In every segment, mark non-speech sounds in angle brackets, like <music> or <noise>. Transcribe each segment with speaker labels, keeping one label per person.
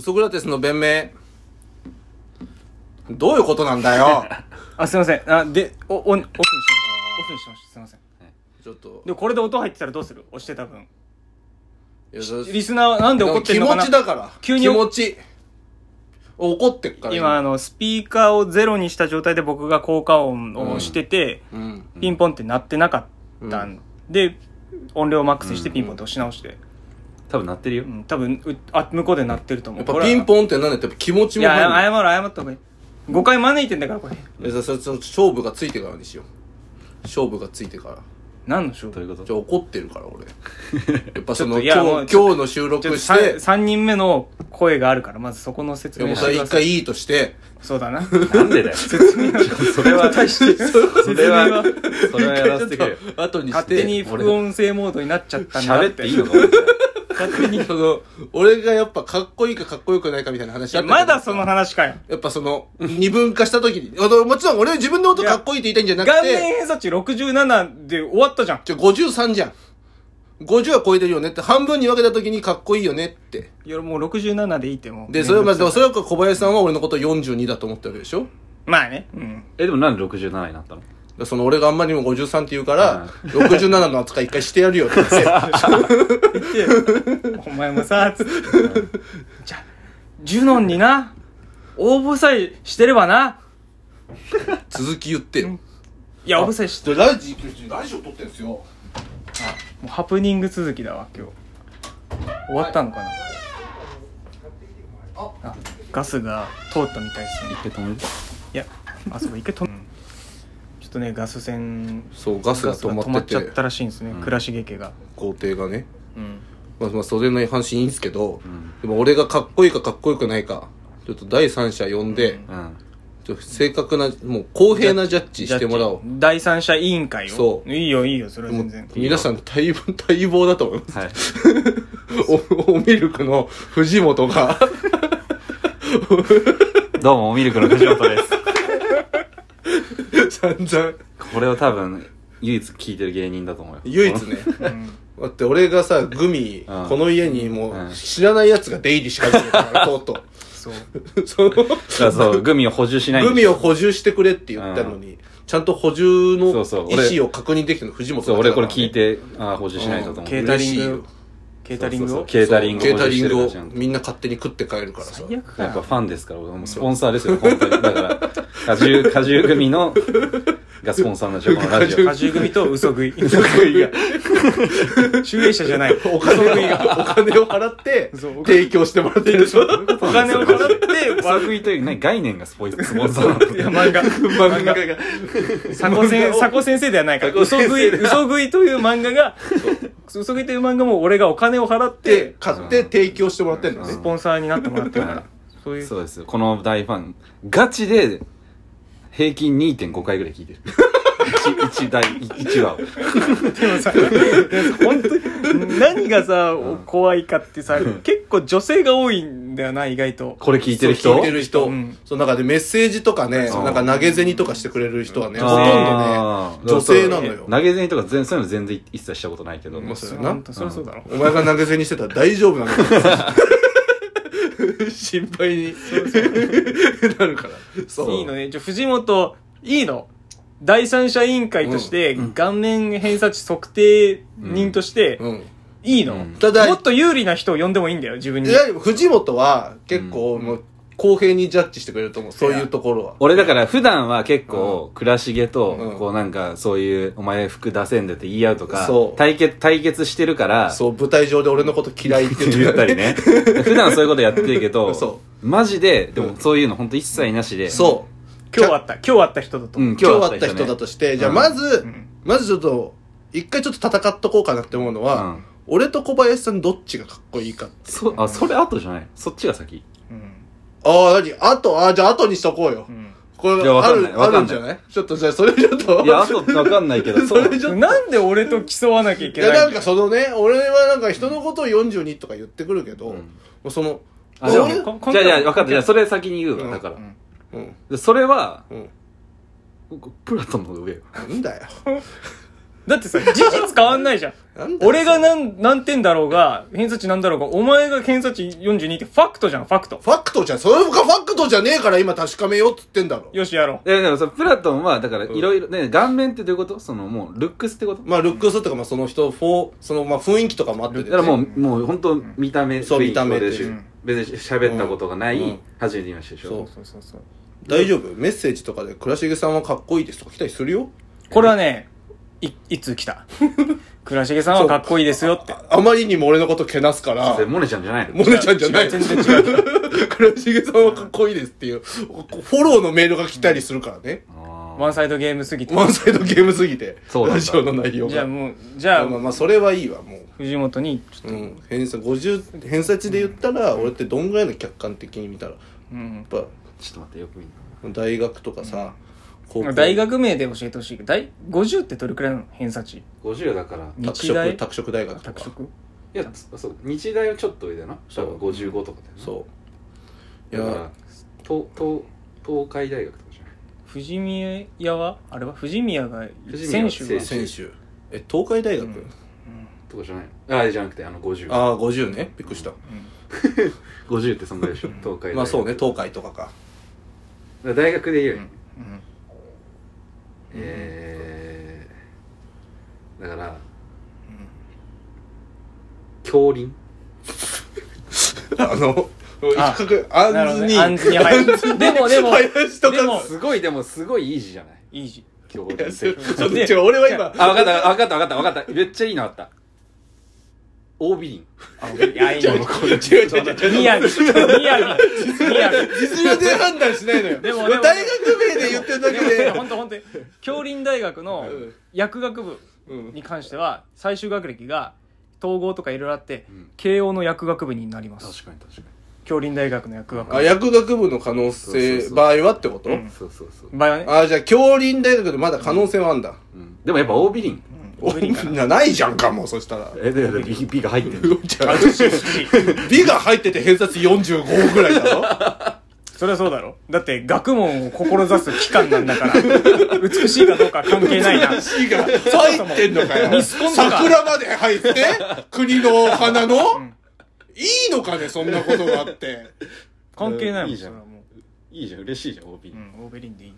Speaker 1: ソクラテスの弁明どういうことなんだ
Speaker 2: <laughs>
Speaker 1: よ
Speaker 2: あ、すいません。あ、で、お、オン、オフにしました。オフにしました。すいません。
Speaker 1: ちょっと
Speaker 2: で、これで音入ってたらどうする押してた分。
Speaker 1: いやそ
Speaker 2: リスナーはなんで怒って
Speaker 1: 気
Speaker 2: るのか
Speaker 1: 持
Speaker 2: な
Speaker 1: ちだから
Speaker 2: 急に
Speaker 1: 気持ち怒ってっから
Speaker 2: 今、あの、スピーカーをゼロにした状態で僕が効果音を押してて、
Speaker 1: うん
Speaker 2: ピンポンって鳴ってなかったんで、音量をマックスにしてピンポンって押し直して。
Speaker 3: 多分鳴ってるよ
Speaker 2: うん、多分うあ、向こうで鳴ってると思
Speaker 1: や
Speaker 2: う。
Speaker 1: っぱピン
Speaker 2: ン
Speaker 1: ポンってなんだってやっぱ気持ち
Speaker 2: い
Speaker 1: も
Speaker 2: や、謝
Speaker 1: 入る
Speaker 2: る、謝った方がいい。誤解招いてんだから、これ。
Speaker 1: いやそそそ勝負がついてからにしよう勝負がついてから
Speaker 2: 何の勝
Speaker 3: どう
Speaker 2: 負
Speaker 3: いうこと
Speaker 1: じゃあ怒ってるから
Speaker 2: <laughs>
Speaker 1: 俺やっぱそ
Speaker 2: ちょっ
Speaker 1: の
Speaker 2: といや
Speaker 1: 今
Speaker 2: もう
Speaker 1: 日今日の収
Speaker 2: ちょっ
Speaker 1: 録
Speaker 2: と
Speaker 1: し
Speaker 2: さん
Speaker 1: て
Speaker 2: 3人目の声があるから、まずそこの説
Speaker 1: いやもう
Speaker 2: 明し
Speaker 1: そ
Speaker 2: て
Speaker 1: れ
Speaker 2: くだ
Speaker 1: 一
Speaker 2: さい。
Speaker 1: 回いいとして
Speaker 2: そうだな。
Speaker 3: なんでだよそれは対してそれはそれはやらせてくれよ
Speaker 1: ちょっと後にして
Speaker 2: 勝手に副音声モードになっちゃったんだ
Speaker 3: 喋っていいのかな
Speaker 2: 勝手に
Speaker 1: その俺がやっぱかっこいいかかっこよくないかみたいな話あったけど
Speaker 2: まだその話かよ
Speaker 1: やっぱその二分化した時にあのもちろん俺は自分の音かっこいいって言いたいんじゃな
Speaker 2: 顔
Speaker 1: く
Speaker 2: 面
Speaker 1: て
Speaker 2: 偏差値67で終わったじゃん
Speaker 1: じゃ53じゃん50は超えてるよねって半分に分けた時にかっこいいよねって
Speaker 2: いやもう67でいいってもう
Speaker 1: でそれはまあでもそれは小林さんは俺のことを42だと思ってるわけでしょ
Speaker 2: まあねうん
Speaker 3: えでもなんで67になったの
Speaker 1: でその俺があんまりにも53って言うから、67の扱い一回してやるよって言って
Speaker 2: お前もさ <laughs> つってじゃあジュノンにな応募さえしてればな
Speaker 1: 続き言ってよ
Speaker 2: いや応募さえして
Speaker 1: でラジラジオ撮ってんすよ
Speaker 2: もうハプニング続きだわ今日終わったのかなあガスが通ったみたいですね
Speaker 3: え止めて
Speaker 2: いやあそこ一回止め、うんちょっとねガス線
Speaker 1: そうガスが止ま
Speaker 2: ガスが
Speaker 1: って
Speaker 2: ちゃってたらしいんですね、倉重家が、
Speaker 1: 工程がね
Speaker 2: うん、
Speaker 1: まあまあそれの話いいんすけど、
Speaker 3: ん
Speaker 1: でも俺がかっこいいかかっこよくないかちょっと第三者呼んで、
Speaker 3: うん
Speaker 1: ちょっと正確なもう公平なジャッジしてもらおう
Speaker 2: 第三者委員会を
Speaker 1: そう
Speaker 2: いいよいいよそれは
Speaker 1: もう
Speaker 2: 全然
Speaker 1: 皆さん待望待望だと思います
Speaker 3: はい
Speaker 1: おおミルクの藤本が
Speaker 3: どうもおミルクの藤本です
Speaker 1: 散々
Speaker 3: これは多分唯一聞いてる芸人だと思うよ
Speaker 1: 唯
Speaker 3: <laughs>
Speaker 1: 一ねだって俺がさグミ
Speaker 3: うん
Speaker 1: この家にも
Speaker 3: うん
Speaker 1: う知らないやつが出入りしかけてるからとうと
Speaker 2: そう
Speaker 3: <laughs>
Speaker 1: うその
Speaker 3: だからそうグミを補充しないんで
Speaker 1: グミを補充してくれって言ったのに、ちゃんと補充の意
Speaker 3: そうそう俺
Speaker 1: 思を確認できたの藤本
Speaker 3: そう
Speaker 1: だけだか
Speaker 3: 俺
Speaker 1: ら
Speaker 3: これ
Speaker 1: ね
Speaker 3: 聞いてあー補充しないとと思う
Speaker 2: ケータ
Speaker 1: 嬉
Speaker 2: リ
Speaker 1: しい
Speaker 2: ン
Speaker 1: よ
Speaker 2: グケータリング
Speaker 3: そうそ
Speaker 2: を
Speaker 3: うケータリング
Speaker 1: ケータリングを
Speaker 3: を補充してるからちゃんと
Speaker 1: みんな勝手に食って帰るからさ
Speaker 2: 最悪か
Speaker 3: やっぱファンですから、俺もうスポンサーですよ、本当に。だから、果汁、果汁組の、がスポンサーなんですよ、このラジ
Speaker 1: 果
Speaker 3: オ。
Speaker 1: <laughs>
Speaker 2: 果汁組と嘘食い
Speaker 3: いや
Speaker 2: <laughs> 集英者じゃない
Speaker 1: お金がお金を払
Speaker 3: <laughs>
Speaker 1: って
Speaker 2: そう
Speaker 1: 提供してもらってるでしょ
Speaker 2: お金を払って
Speaker 3: 嘘食いというね、概念がスポイスポンサーなん
Speaker 2: い
Speaker 3: で
Speaker 2: や漫画漫画
Speaker 1: が
Speaker 2: 佐古先佐古先生ではないから
Speaker 1: 佐
Speaker 2: 嘘
Speaker 1: 古先
Speaker 2: 食い
Speaker 1: 生
Speaker 2: 嘘食いという漫画が嘘食いという漫画も俺がお金を払っ
Speaker 1: <laughs> で
Speaker 2: て
Speaker 1: 買って提供してもらってんのね
Speaker 2: スポンサーになってもらってるか
Speaker 3: は
Speaker 2: ら
Speaker 3: い
Speaker 2: そういう
Speaker 3: そうですよ、この大ファン。ガチで、平均2.5回ぐらい聞いてる。1, 1, 第1話を。
Speaker 2: <laughs> でもさ、本当に、何がさ、怖いかってさ、結構女性が多いんだよな、意外と。
Speaker 3: これ聞いてる
Speaker 1: そう聞
Speaker 3: 人
Speaker 1: いてる人、
Speaker 2: うん
Speaker 1: その中でメッセージとかね、
Speaker 3: そう
Speaker 1: なんか投げ銭とかしてくれる人はね、
Speaker 3: あ
Speaker 1: ほとん
Speaker 3: ー
Speaker 1: どね、女性なのよ。
Speaker 3: 投げ銭とか全、そういうの全然一切したことないけど。
Speaker 1: まあそ
Speaker 2: そうう
Speaker 1: やな
Speaker 2: 本当そりゃそうだろ。
Speaker 1: お前が投げ銭してたら大丈夫なの心配になる
Speaker 3: <laughs>
Speaker 1: から。そう。
Speaker 2: いいのね。じゃあ藤本、いいの。第三者委員会として、顔面偏差値測定人として、
Speaker 1: うん。
Speaker 2: いいの、
Speaker 3: ん
Speaker 1: ただ
Speaker 2: もっと有利な人を呼んでもいいんだよ、自分
Speaker 1: い
Speaker 2: に。
Speaker 1: や、でも藤本は結構もう公平にジャッジしてくれると思う。そういうところは。
Speaker 3: 俺だから普段は結構倉重
Speaker 1: う
Speaker 3: と
Speaker 1: ん
Speaker 3: こうなんかそういうお前服出せんでって言い合うとか
Speaker 1: そう
Speaker 3: 対決対決してるから
Speaker 1: そう、舞台上で俺のこと嫌いって言って
Speaker 3: 言ったり。ね普段そういうことやってるけ
Speaker 1: そ
Speaker 3: どマジででもそういうの本当一切なし
Speaker 1: <laughs>
Speaker 3: で
Speaker 1: そう。
Speaker 2: 今日あった、今日あった人だと
Speaker 3: う
Speaker 2: 思う。
Speaker 3: ん
Speaker 1: 今日会
Speaker 3: 今日
Speaker 1: っ
Speaker 3: ったた
Speaker 1: 人
Speaker 3: 人
Speaker 1: だ
Speaker 3: だ
Speaker 1: と
Speaker 3: と
Speaker 1: して、じゃあ
Speaker 3: うん
Speaker 1: まず、
Speaker 2: ん
Speaker 1: まずちょっと、一回ちょっと戦っとこうかなって思うのは、
Speaker 3: うん
Speaker 1: 俺と小林さんどっちがかっこいいか。
Speaker 3: そあそれ後じゃないそっちが先
Speaker 2: うん。
Speaker 1: ああ、何あと、ああ、じゃあ後にしとこうよ。
Speaker 2: うん
Speaker 1: これ、
Speaker 3: いやわ
Speaker 1: あ
Speaker 3: かんない
Speaker 1: る、あ
Speaker 3: わ
Speaker 1: る
Speaker 3: か
Speaker 1: ん
Speaker 3: ん
Speaker 1: じ
Speaker 3: ない
Speaker 1: ゃないちょっと、じゃあそれちょっと。
Speaker 3: いや後わかんないけどそう
Speaker 1: ちょっと
Speaker 2: なんで俺と競わなきゃい
Speaker 1: い
Speaker 2: け
Speaker 1: や、な
Speaker 2: ない
Speaker 1: ん
Speaker 2: の
Speaker 1: かそのね、俺はなんか人のことを42とか言ってくるけど、
Speaker 3: うん
Speaker 1: もうその、
Speaker 3: あじゃあ
Speaker 1: 俺
Speaker 3: じ
Speaker 2: こん
Speaker 3: ゃあじゃあ分かったじゃあそれ先に言う
Speaker 1: うん
Speaker 3: わだから
Speaker 2: うん
Speaker 1: うん、
Speaker 3: でそれは
Speaker 1: うん。
Speaker 3: <laughs> プラトンの方が上よ
Speaker 1: なんだよ。
Speaker 2: だってさ、事実変わんないじゃん。
Speaker 1: なんだよ
Speaker 2: 俺が何、何点だろうが、偏差値なんだろうが、お前が偏差値42ってファクトじゃん、ファクト。
Speaker 1: ファクトじゃんそれがファクトじゃねえから今確かめようっつってんだろ
Speaker 2: よし、やろう。
Speaker 3: ででもさプラトンはだからいろいろね顔面ってどういうことそのもうルックスってこと
Speaker 1: まあルックスとかまあその人フォーそのまあ雰囲気とかもあって
Speaker 3: だ
Speaker 1: て、
Speaker 3: からもうもう本当見た目
Speaker 1: そう
Speaker 3: 雰囲気
Speaker 1: 見た目
Speaker 3: でしょ
Speaker 1: うん
Speaker 3: 別に喋ったことがな
Speaker 1: う
Speaker 3: い
Speaker 1: ん
Speaker 3: 初めて見ましたでし
Speaker 1: そ
Speaker 3: ょ
Speaker 1: う
Speaker 2: そうそうそう。
Speaker 1: 大丈夫メッセージとかで倉重さんはかっこいいですとか来たりするよ
Speaker 2: これはね、い、いつ来た倉重さんはかっこいいですよって。
Speaker 1: あまりにも俺のことけなすから
Speaker 3: それモネちゃんじゃないの
Speaker 1: モネちゃんじゃない
Speaker 2: 違う全然違
Speaker 1: <laughs>
Speaker 2: う。
Speaker 1: 倉重さんはかっこいいですっていうフォローのメールが来たりするからね
Speaker 3: あー
Speaker 2: ワンサイドゲームすぎて。
Speaker 1: ワンサイドゲームすぎて
Speaker 3: そうなんだ
Speaker 1: ラジオの内容が
Speaker 2: じゃあもう、じゃあ
Speaker 1: まあ、まあそれはいいわもう
Speaker 2: 藤本に、
Speaker 1: うん、偏差50偏差値で言ったら、俺ってどんぐらいの客観的に見たらや
Speaker 2: うん
Speaker 1: っぱ
Speaker 3: ちょっと待ってよく見る
Speaker 1: 大学とかさ、高校
Speaker 2: 大学名で教えてほしいけど、大50ってどれくらいなの偏差値。
Speaker 3: 50だからい
Speaker 1: 拓
Speaker 2: 日大
Speaker 1: 殖拓殖大学とか
Speaker 2: 拓殖
Speaker 3: やつそう日大はちょっと上だよな
Speaker 1: そう
Speaker 3: 多分55とかだよな
Speaker 1: そうい
Speaker 3: だから
Speaker 1: や
Speaker 3: 東東東海大学とかじゃない
Speaker 2: 富士宮はあれは富士宮が
Speaker 3: 富士宮
Speaker 2: 選手
Speaker 3: は選
Speaker 2: が
Speaker 3: 手
Speaker 1: 選手え東海大学、
Speaker 2: うん
Speaker 3: とかじゃないのああじゃなくてあの50
Speaker 1: ああ50ねびっくりした、
Speaker 3: 50ってそんぐらいでしょ東海大学
Speaker 1: まあそうね東海とかか
Speaker 3: だから大学で言うよ、
Speaker 2: うん
Speaker 3: えー、だから強林
Speaker 1: あの
Speaker 2: あ
Speaker 1: 一角あ
Speaker 2: なる
Speaker 1: ん
Speaker 2: ほ
Speaker 1: ず
Speaker 2: ど
Speaker 1: に
Speaker 2: ね、あんずに入る。でもでも、
Speaker 1: 林とか
Speaker 2: でも
Speaker 3: すごいでもすごいいい字じゃない
Speaker 2: いいじ。
Speaker 3: 強
Speaker 1: いや
Speaker 3: 林
Speaker 1: それ
Speaker 3: 選手
Speaker 1: ちょっと違う俺は今
Speaker 3: あ分かった分かった分かった分かっためっちゃいいのあった OB 林
Speaker 2: あ、いや、いい
Speaker 1: 違う
Speaker 2: よ。
Speaker 1: 違う違う違う
Speaker 2: 宮城。宮城。宮城。
Speaker 1: 実力で判断しないのよ
Speaker 2: でもでも
Speaker 1: 大学名で言ってるだけ
Speaker 2: で
Speaker 1: で
Speaker 2: も、本当本当に。京林大学の
Speaker 1: うん
Speaker 2: 薬学部
Speaker 1: うん
Speaker 2: に関しては、最終学歴が統合とかいろいろあって
Speaker 3: うん、
Speaker 2: 慶応の薬学部になります。
Speaker 3: 確かに確か
Speaker 2: 京林大学の薬学
Speaker 1: あ薬学部の可能
Speaker 3: そう
Speaker 1: 性
Speaker 3: そうそう
Speaker 1: 場合はってこと、
Speaker 3: にそうそうそう、
Speaker 2: 部。場合はね、
Speaker 1: ああじゃあ京林大学でまだ可能性はあんだ、
Speaker 3: うん、でもやっぱ OB 林
Speaker 1: おなないじゃんかもうそしたら
Speaker 3: えでで B, B が入ってる
Speaker 1: じゃあ美が入ってて偏差値45ぐらいだろ
Speaker 2: <laughs> それはそうだろ。だって、学問を志す機関なんだから、美しいかどうか関係ないな。
Speaker 1: C が入ってんのかよ。
Speaker 2: ミスコンとか
Speaker 1: 桜まで入って、国のお花の、いいのかね、そんなことがあって。
Speaker 2: 関係ないもん、
Speaker 3: いいじゃん
Speaker 2: それはもう。
Speaker 3: <laughs> いいじゃん嬉しいじゃん OB
Speaker 2: う
Speaker 3: 林、
Speaker 2: ん、オーベリンでいい。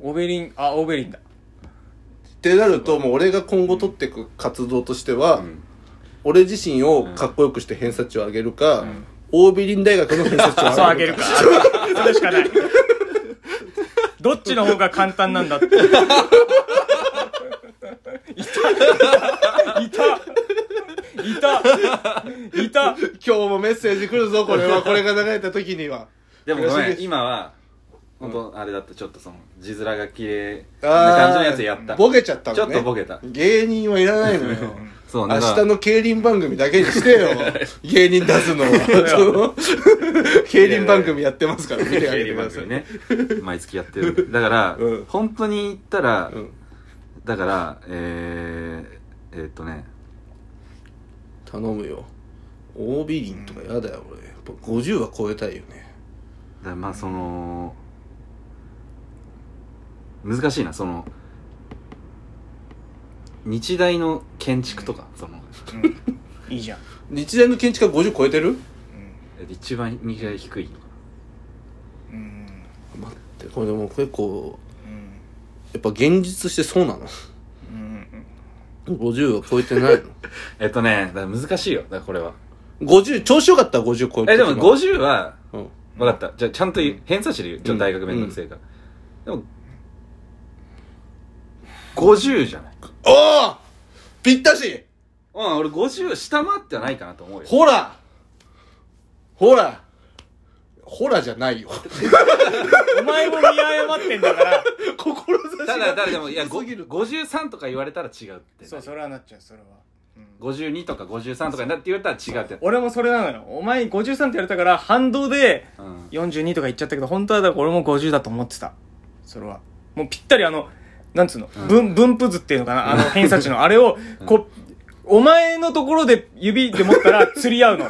Speaker 2: オーベリン、あ、オーベリンだ。
Speaker 1: ってなると、もう俺が今後取っていく活動としては、
Speaker 3: うん
Speaker 1: 俺自身をかっこよくして偏差値を上げるか、オービリン大学の偏差値を
Speaker 2: そう、あ
Speaker 1: 上げ
Speaker 2: げ
Speaker 1: る
Speaker 2: る
Speaker 1: か。
Speaker 2: か。それしかない。どっちの方が簡単なんだって。いたいたいた
Speaker 1: 今
Speaker 2: い
Speaker 1: 日もメッセージ来るぞ、これは。これが流れた時には。
Speaker 3: でもご
Speaker 1: よ
Speaker 3: め
Speaker 1: し
Speaker 3: ん今は本当あれだったちょっとその字面が綺麗な
Speaker 1: あー
Speaker 3: 感じのやつやった
Speaker 1: ボケちゃったの
Speaker 3: ち
Speaker 1: ね。
Speaker 3: ょっとボケた
Speaker 1: 芸人はいらないのよ。
Speaker 3: そう
Speaker 1: 明
Speaker 3: だか
Speaker 1: 日
Speaker 3: ら
Speaker 1: の競輪番組だけにして <laughs> よ。芸人出すの <laughs> は。その競輪番組やってますから、見てあげてください。
Speaker 3: ね
Speaker 1: <laughs>
Speaker 3: 毎月やってるんでだから、
Speaker 1: うん
Speaker 3: 本当に言ったら、
Speaker 1: うん
Speaker 3: だからえー、えーっとね
Speaker 1: 頼むよ。オービリンとかやだよ、俺。やっぱ50は超えたいよね。
Speaker 3: だからまあその難しいなその日大の建築とか、その
Speaker 2: たいいじゃん。
Speaker 1: 日大の建築家50超えてる
Speaker 3: 一番日大低いのか
Speaker 1: 待って、これでも結構、やっぱ現実としてそうなの。50は超えてない <laughs> の。
Speaker 3: なえっとねだから難しいよだからこれは
Speaker 1: 50、調子よかったら50超えて
Speaker 3: えでも
Speaker 1: 今
Speaker 3: 50は
Speaker 1: うん。
Speaker 3: 分かったじゃあちゃんと言う、偏差値で言うちょっと大学面倒くせえから、でも50じゃない
Speaker 1: おーぴったし
Speaker 3: うん、俺50下回ってはないかなと思うよ。
Speaker 1: ほらほらほらじゃないよ。
Speaker 2: お前も見誤ってんだから。
Speaker 1: 志が
Speaker 3: ただ、ただでも、いや、
Speaker 1: 低すぎる
Speaker 3: 5 53とか言われたら違うって。
Speaker 2: そう、それはなっちゃう、それは。うん
Speaker 3: 52とか53とかになって言われたら違うって。
Speaker 2: 俺もそれなのよ。お前53って言われたから、反動で、
Speaker 3: うん。
Speaker 2: 42とか言っちゃったけど本当はだから俺も50だと思ってたそれはもうぴったりあのなんつうの、分分布図っていうのかなあの偏差値のあれをこうお前のところで指で持ったら <laughs> 釣り合うの。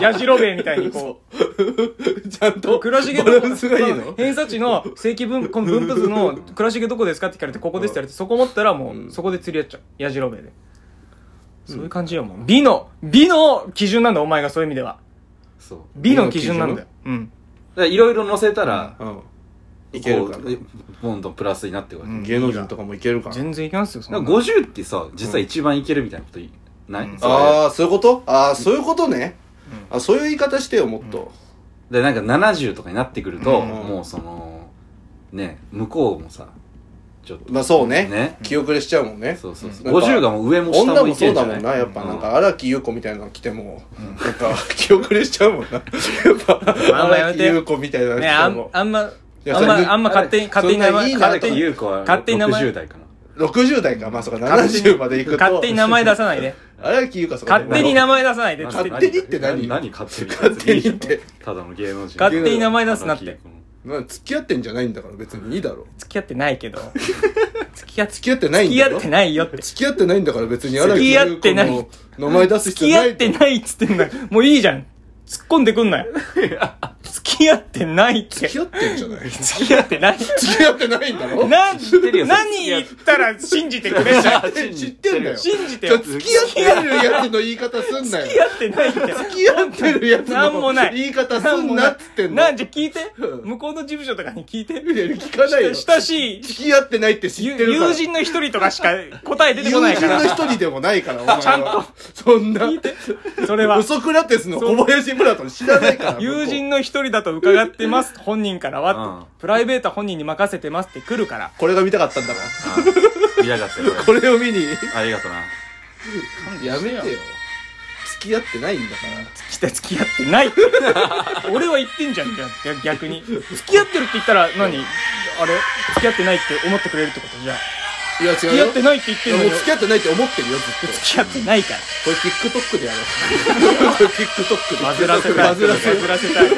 Speaker 2: 矢印べみたいにこう。
Speaker 1: ちゃんと
Speaker 2: 倉重
Speaker 1: バランスがいいの
Speaker 2: 偏差値の正規分、この分布図の <laughs> 倉重どこですかって聞かれて、ここですって言われて、そこ持ったらもう、そこで釣り合っちゃう。矢印べで。そういう感じよ、もう。美の、美の基準なんだ、お前がそういう意味では。
Speaker 3: そう
Speaker 2: 美の基準なんだよ。うん。
Speaker 3: いろいろ載せたら、
Speaker 1: うんいけるか
Speaker 3: こうどんどんプラスになってくる、
Speaker 2: うん
Speaker 1: 芸能人とかもいけるかな
Speaker 2: 全然いきますよ、そん
Speaker 3: だ
Speaker 2: な
Speaker 3: から
Speaker 2: の。
Speaker 3: 50ってさ実は一番いけるみたいなこといない、
Speaker 2: うん
Speaker 3: それ
Speaker 1: ああそういうことああそういうことねあそういう言い方してよもっと
Speaker 3: でなんか70とかになってくると、
Speaker 2: うん
Speaker 3: もうそのね向こうもさちょっと
Speaker 1: まあそうね
Speaker 3: ね、
Speaker 1: 気遅れしちゃうもんね
Speaker 3: そうそうそ
Speaker 1: な
Speaker 3: う
Speaker 1: んか
Speaker 3: 50がもう上も下
Speaker 1: 女
Speaker 3: もい
Speaker 1: も
Speaker 3: け
Speaker 1: そ
Speaker 3: る
Speaker 1: うん
Speaker 3: じゃ
Speaker 1: だ
Speaker 3: な
Speaker 1: も
Speaker 3: い
Speaker 1: んなやっぱなんか
Speaker 3: う
Speaker 1: 荒木優子みたいなの来てもなんか気遅れしちゃうもんなやっぱ
Speaker 2: あんま
Speaker 1: 荒
Speaker 2: やめ
Speaker 1: 木
Speaker 2: て
Speaker 1: 優子みたいな
Speaker 2: ね、あ
Speaker 1: 人
Speaker 2: ん
Speaker 1: も
Speaker 2: あんま、
Speaker 1: いや
Speaker 2: あん
Speaker 1: それ
Speaker 2: ま、あんま勝手に、勝手に名
Speaker 1: そんないい
Speaker 2: 前、
Speaker 1: な
Speaker 2: 勝
Speaker 3: 荒
Speaker 2: 手
Speaker 3: 木優
Speaker 2: に、
Speaker 3: 子は
Speaker 2: 勝手に名前
Speaker 3: 60代かな
Speaker 1: 60代かまあそうか
Speaker 2: 勝手に
Speaker 1: 70までいくと
Speaker 2: 勝手に名前出さないで。
Speaker 1: 荒木優子さん
Speaker 2: 勝手に名前出さないで。
Speaker 1: 勝手にって何
Speaker 3: 何勝手に
Speaker 1: 勝手にって
Speaker 3: ただの芸能人
Speaker 2: 勝手に名前出すなって
Speaker 3: 荒 <laughs> 木優子の
Speaker 1: な付き合ってんじゃないんだから別にいいだろ
Speaker 2: 付き合ってないけど。付き合って
Speaker 1: 付き合ってないん
Speaker 2: 付き
Speaker 1: だ
Speaker 2: 合
Speaker 1: ろ
Speaker 2: ってないよって。
Speaker 1: 付き合ってないんだから別に荒
Speaker 2: 付
Speaker 1: 木
Speaker 2: き合
Speaker 1: 優
Speaker 2: っ
Speaker 1: 子
Speaker 2: てない
Speaker 1: の名前出す必
Speaker 2: 付き
Speaker 1: 要な
Speaker 2: 合っ
Speaker 1: い
Speaker 2: てないっつってんだもういいじゃん。突っ込んでくんなよ。付き合ってないっ
Speaker 1: 付。
Speaker 2: て
Speaker 1: き合ってんじゃない付
Speaker 2: 付き合ってない。
Speaker 1: き合ってないんだろ
Speaker 2: なん
Speaker 3: るよ
Speaker 2: 何言ったら信じてくれんだよ。
Speaker 1: 知ってんだよ
Speaker 2: 信じて
Speaker 1: じゃ
Speaker 2: よ。
Speaker 1: あ付き合ってるやつの言い方すんなよ
Speaker 2: 付き合ってないって。
Speaker 1: 付き合ってるやつ
Speaker 2: なんもな
Speaker 1: の
Speaker 2: い
Speaker 1: 言い方すんなっつってんの
Speaker 2: なんじゃ聞いて。
Speaker 1: うん
Speaker 2: 向こうの事務所とかに聞いて。
Speaker 1: いや聞かないよ
Speaker 2: 親しい
Speaker 1: 付き合ってないって知
Speaker 2: ゆ
Speaker 1: ってるから
Speaker 2: 友人の一人とかしか答え出てこないか
Speaker 1: 友人の
Speaker 2: ら。
Speaker 1: 一人でもないからお前は
Speaker 2: <laughs> ちゃんと
Speaker 1: そんな
Speaker 2: 聞いて。それは
Speaker 1: ウ。ソクラテスの小林村と知らないから
Speaker 2: 友人の一人だと伺ってます。本人からはって
Speaker 3: う。
Speaker 2: プライベートは本人に任せてますって来るから。
Speaker 1: これが見たかったんだから
Speaker 3: あ見やがってこれ
Speaker 1: これを見に
Speaker 3: ありがとうな
Speaker 1: やめてよ付き合ってないんだから
Speaker 2: 来て付き合っ
Speaker 1: <laughs>
Speaker 2: てないって俺は言ってんじゃんじゃあ逆に付き合ってるって言ったら何あれ付き合ってないって思ってくれるってことじゃあ
Speaker 1: いや違う
Speaker 2: 付き合って
Speaker 1: い
Speaker 2: ないって言って
Speaker 1: や
Speaker 2: んの
Speaker 1: もう
Speaker 2: よ
Speaker 1: 付き合ってないって思ってるよずっと
Speaker 2: 付き合ってないから
Speaker 1: <laughs> これ TikTok でやろうこれ TikTok で
Speaker 2: バズらせたい
Speaker 1: バズらせ
Speaker 2: バズらせたい